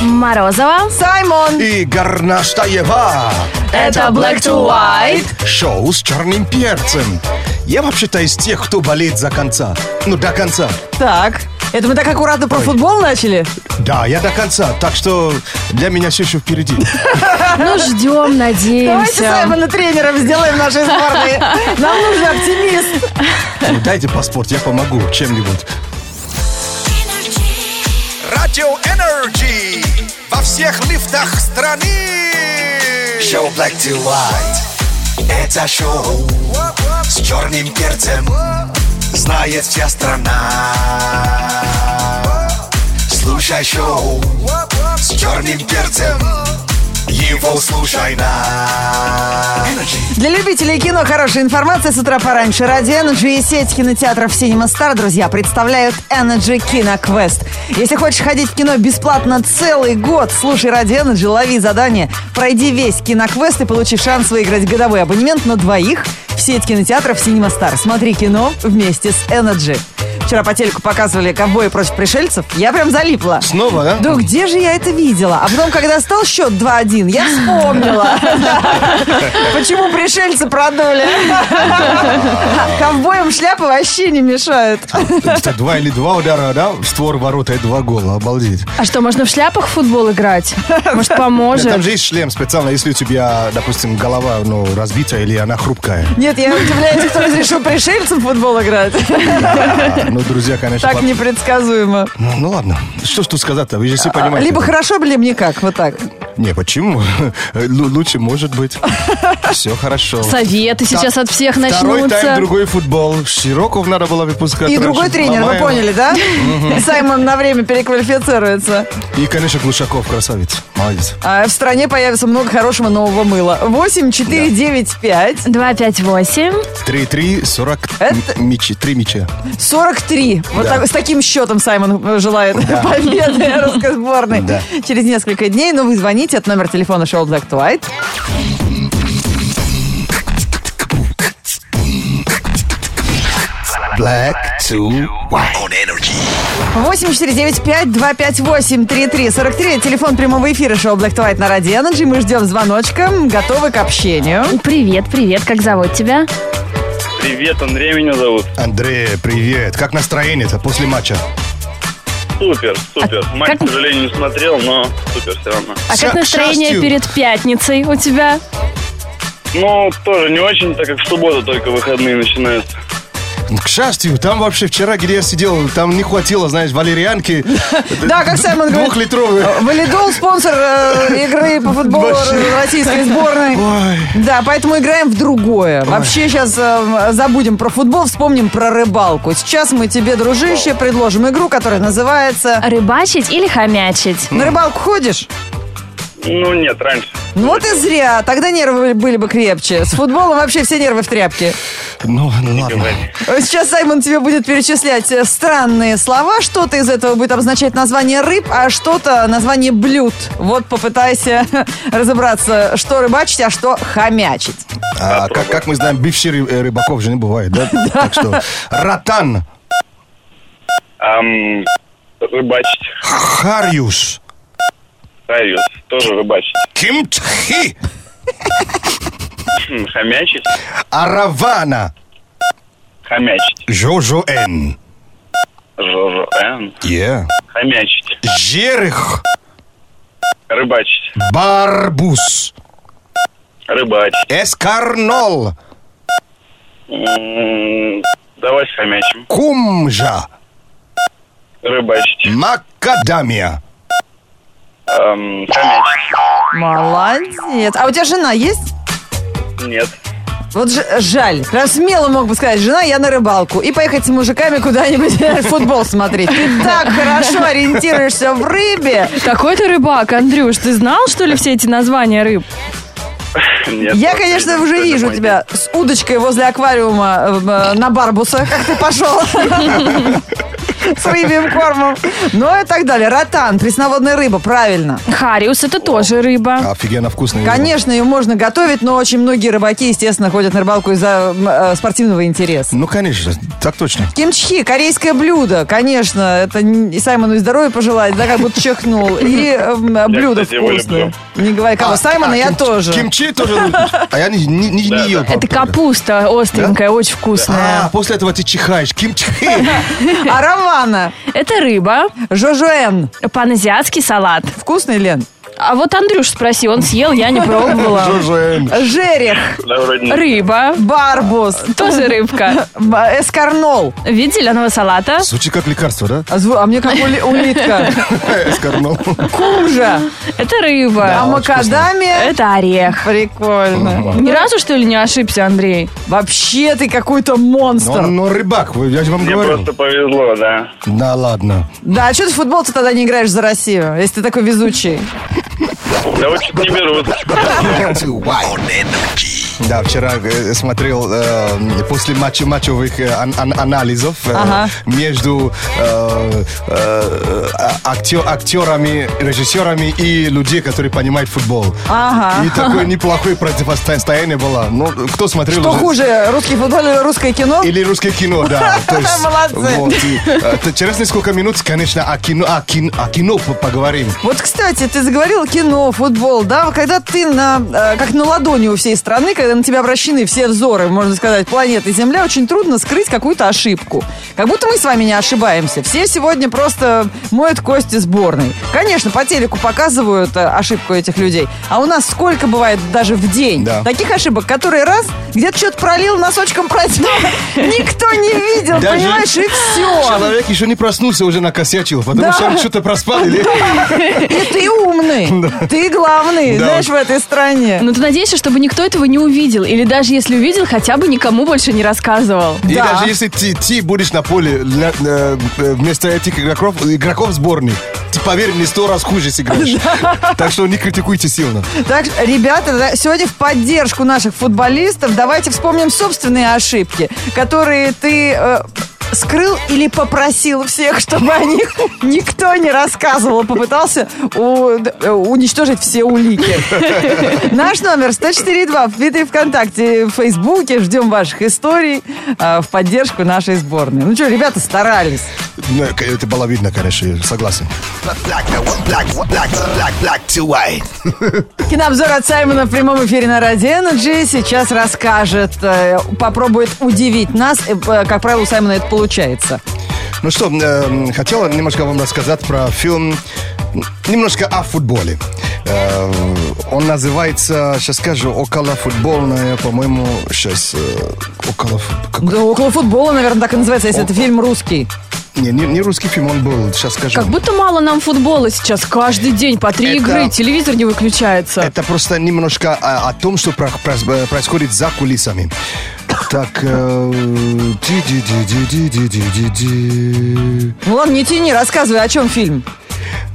Морозова. Саймон. И Гарнаштаева. Это Black to White. Шоу с черным перцем. Я вообще-то из тех, кто болеет за конца. Ну, до конца. Так. Это мы так аккуратно про футбол начали? Да, я до конца. Так что для меня все еще впереди. Ну, ждем, Давайте надеемся. Саймона тренером сделаем нашей сборной. Нам нужен оптимист. Ну, Дайте паспорт, я помогу чем-нибудь. Радио Energy во всех лифтах страны. Шоу Black to White. Это шоу с черным перцем. Знает вся страна. Слушай шоу с черным перцем. Его слушай на Energy. Для любителей кино хорошая информация с утра пораньше. Ради Energy и сеть кинотеатров Cinema Star, друзья, представляют Energy Киноквест. Если хочешь ходить в кино бесплатно целый год, слушай Ради Energy, лови задание, пройди весь киноквест и получи шанс выиграть годовой абонемент на двоих в сеть кинотеатров Cinema Star. Смотри кино вместе с Energy. Вчера по телеку показывали «Ковбои против пришельцев». Я прям залипла. Снова, да? Да где же я это видела? А потом, когда стал счет 2-1, я вспомнила. Почему пришельцы продули? Ковбоям шляпы вообще не мешают. Это два или два удара, да? В створ ворота и два гола. Обалдеть. А что, можно в шляпах в футбол играть? Может, Нет, Там поможет? же есть шлем специально, если у тебя, допустим, голова ну, разбита или она хрупкая. Нет, я удивляюсь, кто разрешил пришельцам в футбол играть. А, Ну, друзья, конечно... Так под- непредсказуемо. Ну, ну ладно. Что ж тут сказать-то? Вы же все понимаете. А, Либо хорошо, либо никак, вот так. Не, почему? Э, Лу- Лучше может быть. Все хорошо. Советы сейчас от всех Второй тайм, начнутся. другой футбол. Широков надо было выпускать. И раньше. другой тренер, вы Мамаева. поняли, да? Саймон на время переквалифицируется. И, конечно, Глушаков красавец. Молодец. А в стране появится много хорошего нового мыла. 8, 4, 9, 5. 258. 3-3, 40 Это- м- мячи. Три мяча. 43. Вот Да. так- с таким счетом Саймон э, желает победы русской сборной Да. через несколько дней. Но вы звоните от номера телефона шоу Black to White. Black to White. On Energy. 8495-258-3343. Телефон прямого эфира шоу Black to White на Радио Energy. Мы ждем звоночка. Готовы к общению. Привет, привет, как зовут тебя? Привет, Андрей меня зовут. Андрей, привет. Как настроение-то после матча? Супер, супер. А Матч, как- к сожалению, не смотрел, но супер все равно. А Ша- как настроение шастью. перед пятницей у тебя? Ну, тоже не очень, так как в субботу только выходные начинаются. К счастью, там вообще вчера, где я сидел, там не хватило, знаешь, валерьянки. Да, как Саймон говорит. Двухлитровые. Валидол спонсор э, игры по футболу Вообще. российской сборной. Ой. Да, поэтому играем в другое. Вообще сейчас э, забудем про футбол, вспомним про рыбалку. Сейчас мы тебе, дружище, предложим игру, которая называется... Рыбачить или хомячить? На рыбалку ходишь? Ну, нет, раньше. Ну вот и зря, тогда нервы были бы крепче. С футболом вообще все нервы в тряпке. Ну, ну ладно. Сейчас Саймон тебе будет перечислять э, странные слова. Что-то из этого будет обозначать название рыб, а что-то название блюд. Вот попытайся разобраться, что рыбачить, а что хомячить. А, как, как мы знаем, бывших ры- э, рыбаков же не бывает, да? Так что, ротан, Ам, рыбачить. харюш, Хайрис. Тоже рыбачить. кимчхи, Хм, Хомячить. аравана, Хомячить. жожоэн, Жо-жо. эм, е, Хомячить. жерех, Рыбачить. барбус, Рыбачить. эскарнол, М, Давайте М-м-м. хомячим. кумжа, Рыбачить. макадамия. Ам, Хомячить. Молодец. А у тебя жена есть? Нет. Вот ж- жаль. Прям смело мог бы сказать, жена, я на рыбалку. И поехать с мужиками куда-нибудь футбол смотреть. Ты так хорошо ориентируешься в рыбе. Какой ты рыбак, Андрюш, ты знал, что ли, все эти названия рыб? Нет. Я, просто конечно, не уже знаю, вижу думаю, тебя с удочкой возле аквариума э, э, на Барбуса, как ты пошел. с рыбьим кормом. Ну и так далее. Ротан, пресноводная рыба, правильно. Хариус это тоже рыба. Офигенно вкусный. Конечно, ее можно готовить, но очень многие рыбаки, естественно, ходят на рыбалку из-за м, э, спортивного интереса. Ну, конечно, так точно. Кимчхи, корейское блюдо, конечно, это н- и Саймону и здоровья пожелать, да, как будто чихнул. И эм, блюдо кстати, его вкусное. люблю. Не говори кого, А, Саймона а, я ким- тоже. Кимчи тоже. А я не, не- не- не Да, ел. да. правда. Это капуста остренькая, очень А, вкусная. после этого ты чихаешь. Кимчи. А равана, Это рыба, жожуэн, паназиатский салат. вкусный, Лен? А вот Андрюш спроси, он съел, я не пробовала. Жужжин. Жерех, Да, вроде не. Рыба, барбус, тоже рыбка. м, эскарнол. Вид зеленого салата. Звучит как лекарство, да? «Ну, А зву- а мне как ули- улитка. Эскарнол. Кунжа, Это рыба. а макадамия. Это орех. Прикольно. Ни разу, что ли, не ошибся, Андрей? Вообще ты какой-то Но монстр. он но рыбак, вы- я же вам Мне говорил. просто повезло, да. Да ладно. Да, а что ты в футбол ты тогда не играешь за Россию, если ты такой везучий? Да вот чуть не берут. On energy. Да, вчера э, смотрел э, после матча, матчевых э, ан- ан- анализов э, Ага. между э, э, а- актё- актерами, режиссерами и людей, которые понимают футбол. Ага. И такое неплохое противостояние было. Ну, кто смотрел? Что уже- хуже, русский футбол или русское кино? Или русское кино, да. То есть, Молодцы. вот, и, э, т- через несколько минут, конечно, о кино, о кино, о кино п- поговорим. Вот, кстати, ты заговорил кино, футбол, да? Когда ты на, э, как на ладони у всей страны, когда на тебя обращены все взоры, можно сказать, планеты Земля, очень трудно скрыть какую-то ошибку. Как будто мы с вами не ошибаемся. Все сегодня просто моют кости сборной. Конечно, по телеку показывают э, ошибку этих людей. А у нас сколько бывает даже в день Да. таких ошибок, которые раз, где-то что-то пролил, носочком протер, никто не видел, Даже- понимаешь, и все. Человек еще не проснулся, уже накосячил, потому Да. что он что-то проспал или... И ты умный, ты главный, Да. знаешь, в этой стране. Ну, ты надеешься, чтобы никто этого не увидел? Или даже если увидел, хотя бы никому больше не рассказывал? И Да. даже если ты, ты будешь на поле для- э, э, вместо этих игроков, игроков сборной, ты, поверь мне, сто раз хуже сыграешь. Так что не критикуйте сильно. Так, что, ребята, да, сегодня в поддержку наших футболистов давайте вспомним собственные ошибки, которые ты э, скрыл или попросил всех, чтобы о них никто не рассказывал, попытался у- э, уничтожить все улики. Наш номер 104.2 в Твиттере, ВКонтакте, в Фейсбуке. Ждем ваших историй э, в поддержку нашей сборной. Ну что, ребята старались. Ну, к- Это было видно, конечно, я согласен. Black, black, black, black, black to white. Кинообзор от Саймона в прямом эфире на Радио Energy сейчас расскажет, э, попробует удивить нас. Э, э, Как правило, у Саймона это получается. Ну что, эм, хотела немножко вам рассказать про фильм, немножко о футболе. Э, Он называется, сейчас скажу, около футбольная, по-моему, сейчас около фут- как- Да около футбола, наверное, так и называется, если это фильм русский. не, не, не русский фильм, он был, сейчас скажу. Как будто мало нам футбола сейчас. Каждый день по три Это- игры, телевизор не выключается. Это просто немножко а, о том, что про- про- происходит за кулисами. Так, э, ди-ди-ди-ди-ди-ди-ди-ди. Ну ладно, не тяни, рассказывай, о чем фильм.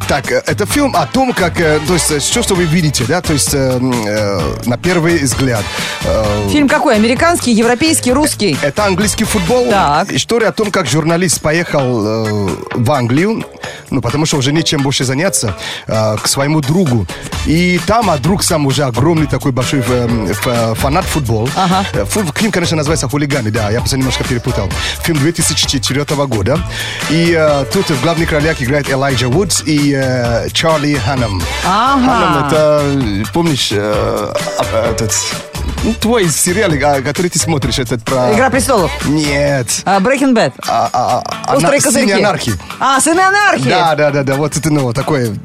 Так, э, это фильм о том, как, э, то есть, э, что, что вы видите, да, то есть, э, м, э, на первый взгляд. э, Фильм какой? Американский, европейский, русский? Это английский футбол. Так. История о том, как журналист поехал э, в Англию, ну, потому что уже нечем больше заняться, э, к своему другу. И там, а друг сам уже огромный такой большой э, ф- э, фанат футбол. Ага. Э, фу- Фильм, конечно, называется «Хулиганы», да, я просто немножко перепутал. Фильм 2004 года. И э, тут в главных ролях играет Элайджа Вудс и э, Чарли Ханнам. Ага. Ханнам это, помнишь, э, а- этот... ну, твой сериал, а, который ты смотришь, этот про... «Игра престолов», Нет. Breaking Bad, А, а, а, «Острые ана- козырьки». «Сыны анархии». А, «Сыны анархии». Да, да, да, да. Вот это, ну, такой э,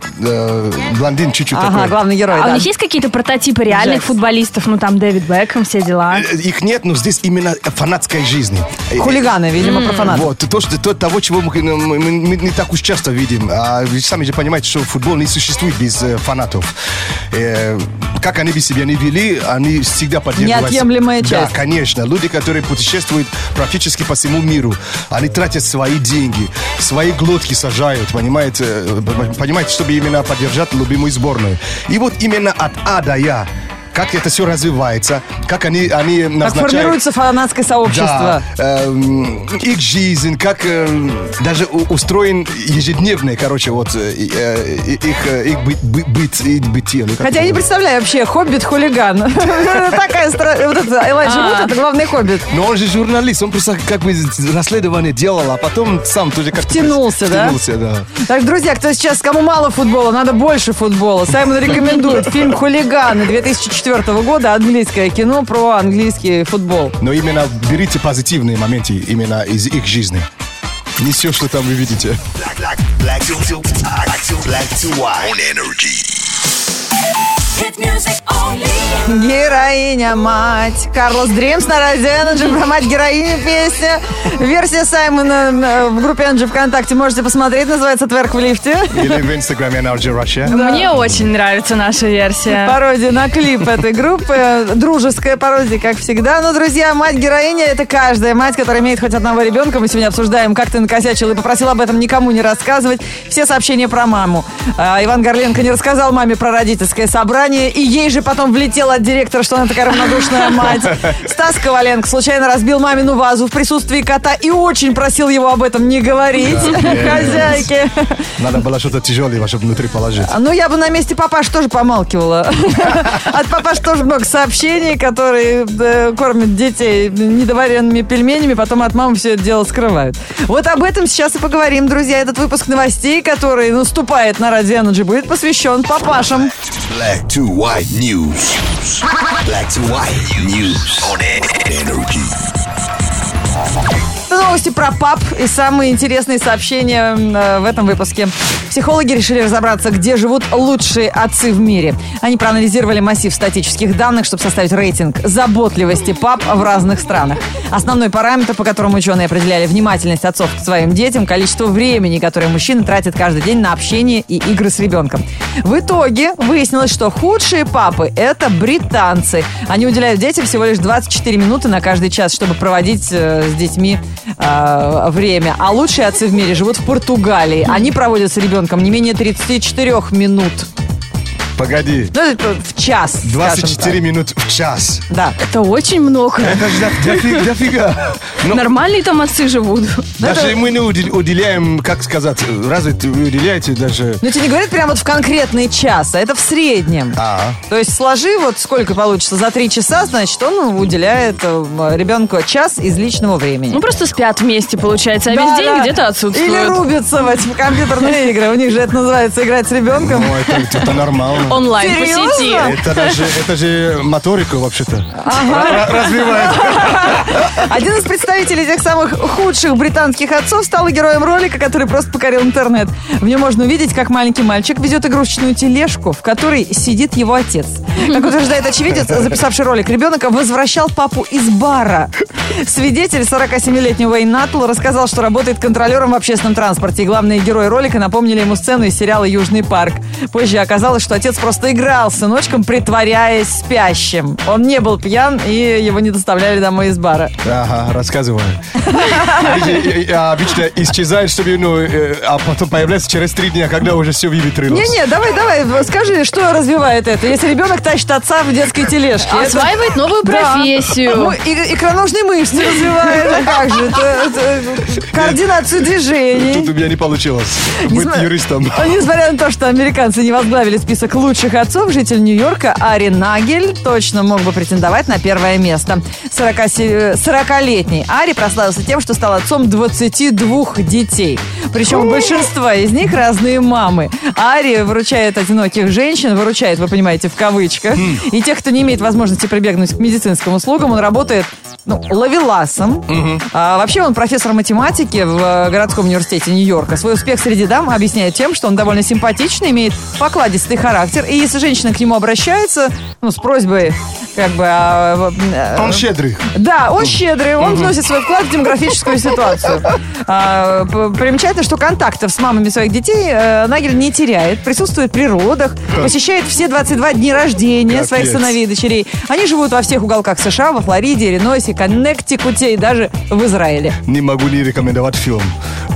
блондин чуть-чуть Ага, такой. главный герой, А у да. них есть какие-то прототипы реальных Джекс. футболистов? Ну, там Дэвид Бекхэм, все дела. Э, Их нет, но здесь именно фанатской жизни. Э, Хулиганы, видимо, про э, фанатов. Вот, то, что, то, того, чего мы, ну, мы- мы не так уж часто видим. А вы сами же понимаете, что футбол не существует без э, фанатов. Э, как они бы себя не вели, они всегда поддерживают. Неотъемлемая Да, часть. конечно. Люди, которые путешествуют практически по всему миру, они тратят свои деньги, свои глотки сажают, понимаете, э, понимаете чтобы именно поддержать любимую сборную. И вот именно от А до Я как это все развивается, как они, они Как назначают... формируется фанатское сообщество. Да, эм, их жизнь, как эм, даже у- устроен ежедневный, короче, вот э, и- э, и- их, э, их бы- бы- быт, и бытие. или как Хотя я не это? представляю вообще, хоббит-хулиган. Такая страна. Вот это Элайджа Вуд, А. это главный хоббит. Но он же журналист, он просто как бы расследование делал, а потом сам тоже как-то... Втянулся, да? Втянулся, да. Так, друзья, кто сейчас, кому мало футбола, надо больше футбола. Саймон рекомендует фильм «Хулиганы» 2004 года, английское кино про английский футбол. Но именно берите позитивные моменты именно из их жизни. Не все, что там вы видите. Black, black, black to, to, black to, black to white. On energy. Hit music only. Героиня мать. Карлос Дримс на радио Energy про мать героиню песня. Версия Саймона э, в группе Energy ВКонтакте можете посмотреть. Называется «Тверк в лифте». Или в инстаграме Energy Russia. Мне очень нравится наша версия. Пародия на клип этой группы. Дружеская пародия, как всегда. Но, друзья, мать-героиня – это каждая мать, которая имеет хоть одного ребенка. Мы сегодня обсуждаем, как ты накосячил и попросил об этом никому не рассказывать. Все сообщения про маму. А, Иван Горленко не рассказал маме про родительское собрание, и ей же потом влетело от директора, что она такая равнодушная мать. Стас Коваленко случайно разбил мамину вазу в присутствии кота и очень просил его об этом не говорить хозяйке. Надо было что-то тяжелое, чтобы внутри положить. А, Ну, я бы на месте папаш тоже помалкивала. От папаш тоже много сообщений, которые э, кормят детей недоваренными пельменями, потом от мамы все это дело скрывают. Вот об этом сейчас и поговорим, друзья. Этот выпуск новостей, который наступает на Радио Energy, будет посвящен папашам. Black to white news. Black to white news. On energy. Это новости про пап и самые интересные сообщения э, в этом выпуске. Психологи решили разобраться, где живут лучшие отцы в мире. Они проанализировали массив статических данных, чтобы составить рейтинг заботливости пап в разных странах. Основной параметр, по которому ученые определяли внимательность отцов к своим детям, количество времени, которое мужчины тратят каждый день на общение и игры с ребенком. В итоге выяснилось, что худшие папы – это британцы. Они уделяют детям всего лишь 24 минуты на каждый час, чтобы проводить э, с детьми э, время. А лучшие отцы в мире живут в Португалии. Они проводят с ребенком не менее 34 минут. Погоди. Ну, это в час, скажем 24 минут в час. так. Да. Это очень много. Это же дофи- дофи- дофига. ну Но Нормальные там отцы живут. Ну, даже мы не уди- уделяем, как сказать, разве ты- вы уделяете даже... Но тебе не говорят прям вот в конкретный час, а это в среднем. А, То есть сложи вот сколько получится за три часа, значит, он уделяет э, ребенку час из личного времени. Ну, просто спят вместе, получается, а Да, весь день да. где-то Или отсутствуют. рубятся в эти компьютерные игры. У них же это называется играть с ребенком. ну это, это нормально. Онлайн по Серьезно? сети. Это даже, это же моторику вообще-то Ра- ра- развивает. Один из представителей тех самых худших британских отцов стал героем ролика, который просто покорил интернет. В нем можно увидеть, как маленький мальчик везет игрушечную тележку, в которой сидит его отец. Как утверждает очевидец, записавший ролик, ребенок возвращал папу из бара. Свидетель 47-летний Уэйн Натл рассказал, что работает контролером в общественном транспорте. И главные герои ролика напомнили ему сцену из сериала «Южный парк». Позже оказалось, что отец просто играл с сыночком, притворяясь спящим. Он не был пьян, и его не доставляли домой из бара. Ага, рассказываю. Они же, э, э, Обычно исчезает, чтобы, ну, э, а потом появляется через три дня, когда уже все выветрилось. Не-не, давай, давай, скажи, что развивает это, если ребенок тащит отца в детской тележке. А Это- Осваивает новую Да. Ну, профессию. и- икроножные мышцы развивает, а как же, это- это- координацию Тут движений. у меня не получилось Не быть знаю. юристом. А Несмотря на то, что американцы не возглавили список лучших отцов, житель Нью-Йорка Ари Нагель точно мог бы претендовать на первое место. 47 40-летний Ари прославился тем, что стал отцом 22 детей. Причем у большинства из них разные мамы. Ари выручает одиноких женщин, выручает, вы понимаете, в кавычках. И тех, кто не имеет возможности прибегнуть к медицинским услугам, он работает ну, ловеласом. А, вообще он профессор математики в э, городском университете Нью-Йорка. Свой успех среди дам объясняет тем, что он довольно симпатичный, имеет покладистый характер. И если женщина к нему обращается, ну, с просьбой, как бы... а, э, Он щедрый. да, он щедрый, он вносит свой вклад в демографическую ситуацию. А, п- примечательно, что контактов с мамами своих детей э, Нагель не теряет, присутствует при родах, посещает все 22 дни рождения Капец. своих сыновей и дочерей. Они живут во всех уголках США, во Флориде, Иллинойсе, Коннектикуте и даже в Израиле. не могу не рекомендовать фильм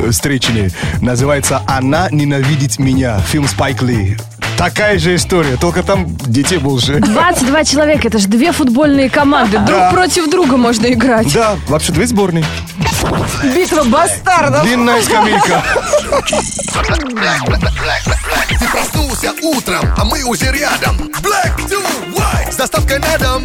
э, встречный. Называется «Она ненавидит меня». Фильм Спайк Ли. Такая же история, только там детей больше. 22 человека, это же две футбольные команды. Друг Да. против друга можно играть. Да, вообще две сборные. Битва бастардов. Длинная скамейка. Ты проснулся утром, а мы уже рядом. Black to white. С доставкой на дом.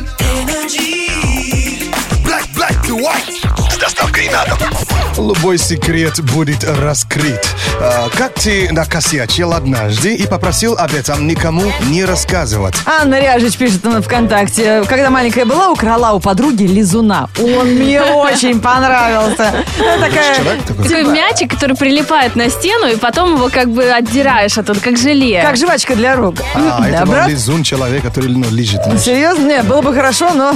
Black, black to white. С доставкой на дом. Любой секрет будет раскрыт. А, Как ты накосячил однажды и попросил об этом никому не рассказывать? Анна Ряжич пишет на ВКонтакте. Когда маленькая была, украла у подруги лизуна. Он мне очень понравился. Она такая... Человек такой. Такой мячик, который прилипает на стену, и потом его как бы отдираешь оттуда, как желе. Как жвачка для рук. А, это Да, был брат? лизун человек, который ну, лежит. Серьезно? Не, было бы хорошо, но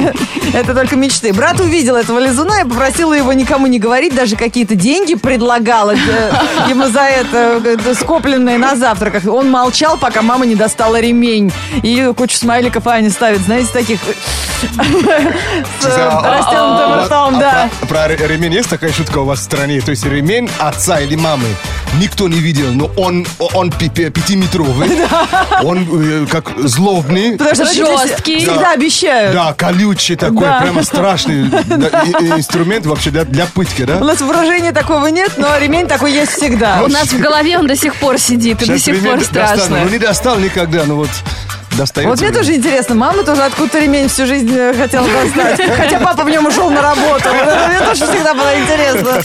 это только мечты. Брат увидел этого лизуна и попросил его никому не говорить, даже какие-то деньги предлагала э, ему за это, э, скопленные на завтраках. Он молчал, пока мама не достала ремень. И кучу смайликов Аня ставит, знаете, таких э, с э, растянутым ртом, да. а, Про, про ремень есть такая шутка у вас в стране? То есть ремень отца или мамы никто не видел, но он, он пи- пи- пятиметровый. Он э, как злобный. Потому что родители Жесткий. всегда Да. обещают. Да, колючий такой, Да. прямо страшный да, и- и инструмент вообще для, для пытки, У да? нас выражения такого нет, но ремень такой есть всегда. У нас в голове он до сих пор сидит, и до Сейчас сих ремень пор д- достану. страшно. Ну не достал никогда, ну вот достается. Вот мне ремень. тоже интересно, мама тоже откуда-то ремень всю жизнь э, хотела достать. Хотя папа в нем ушел на работу. Вот это Мне тоже всегда было интересно.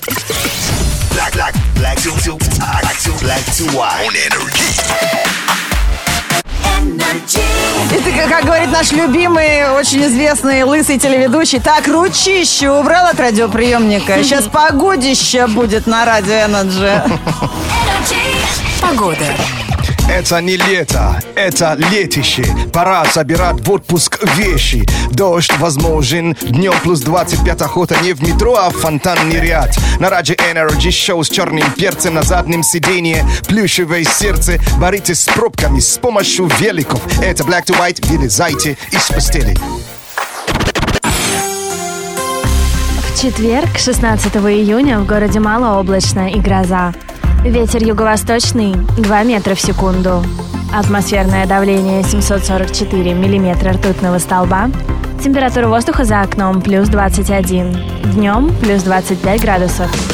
Black, black, black to, to, black to, black to white. On energy. И ты, как- как говорит наш любимый, очень известный лысый телеведущий, так ручище убрал от радиоприемника. Сейчас погодище будет на радио Energy. Погода. Это не лето, это летище. Пора собирать в отпуск вещи. Дождь возможен, днем плюс 25 охота не в метро, а в фонтанный ряд. На Раджи Energy шоу с черным перцем на заднем сиденье. Плюшевое сердце, боритесь с пробками с помощью великов. Это Black to White, вылезайте из постели. В четверг, 16 июня, в городе малооблачно и гроза. Ветер юго-восточный 2 метра в секунду. Атмосферное давление 744 миллиметра ртутного столба. Температура воздуха за окном плюс 21. Днем плюс 25 градусов.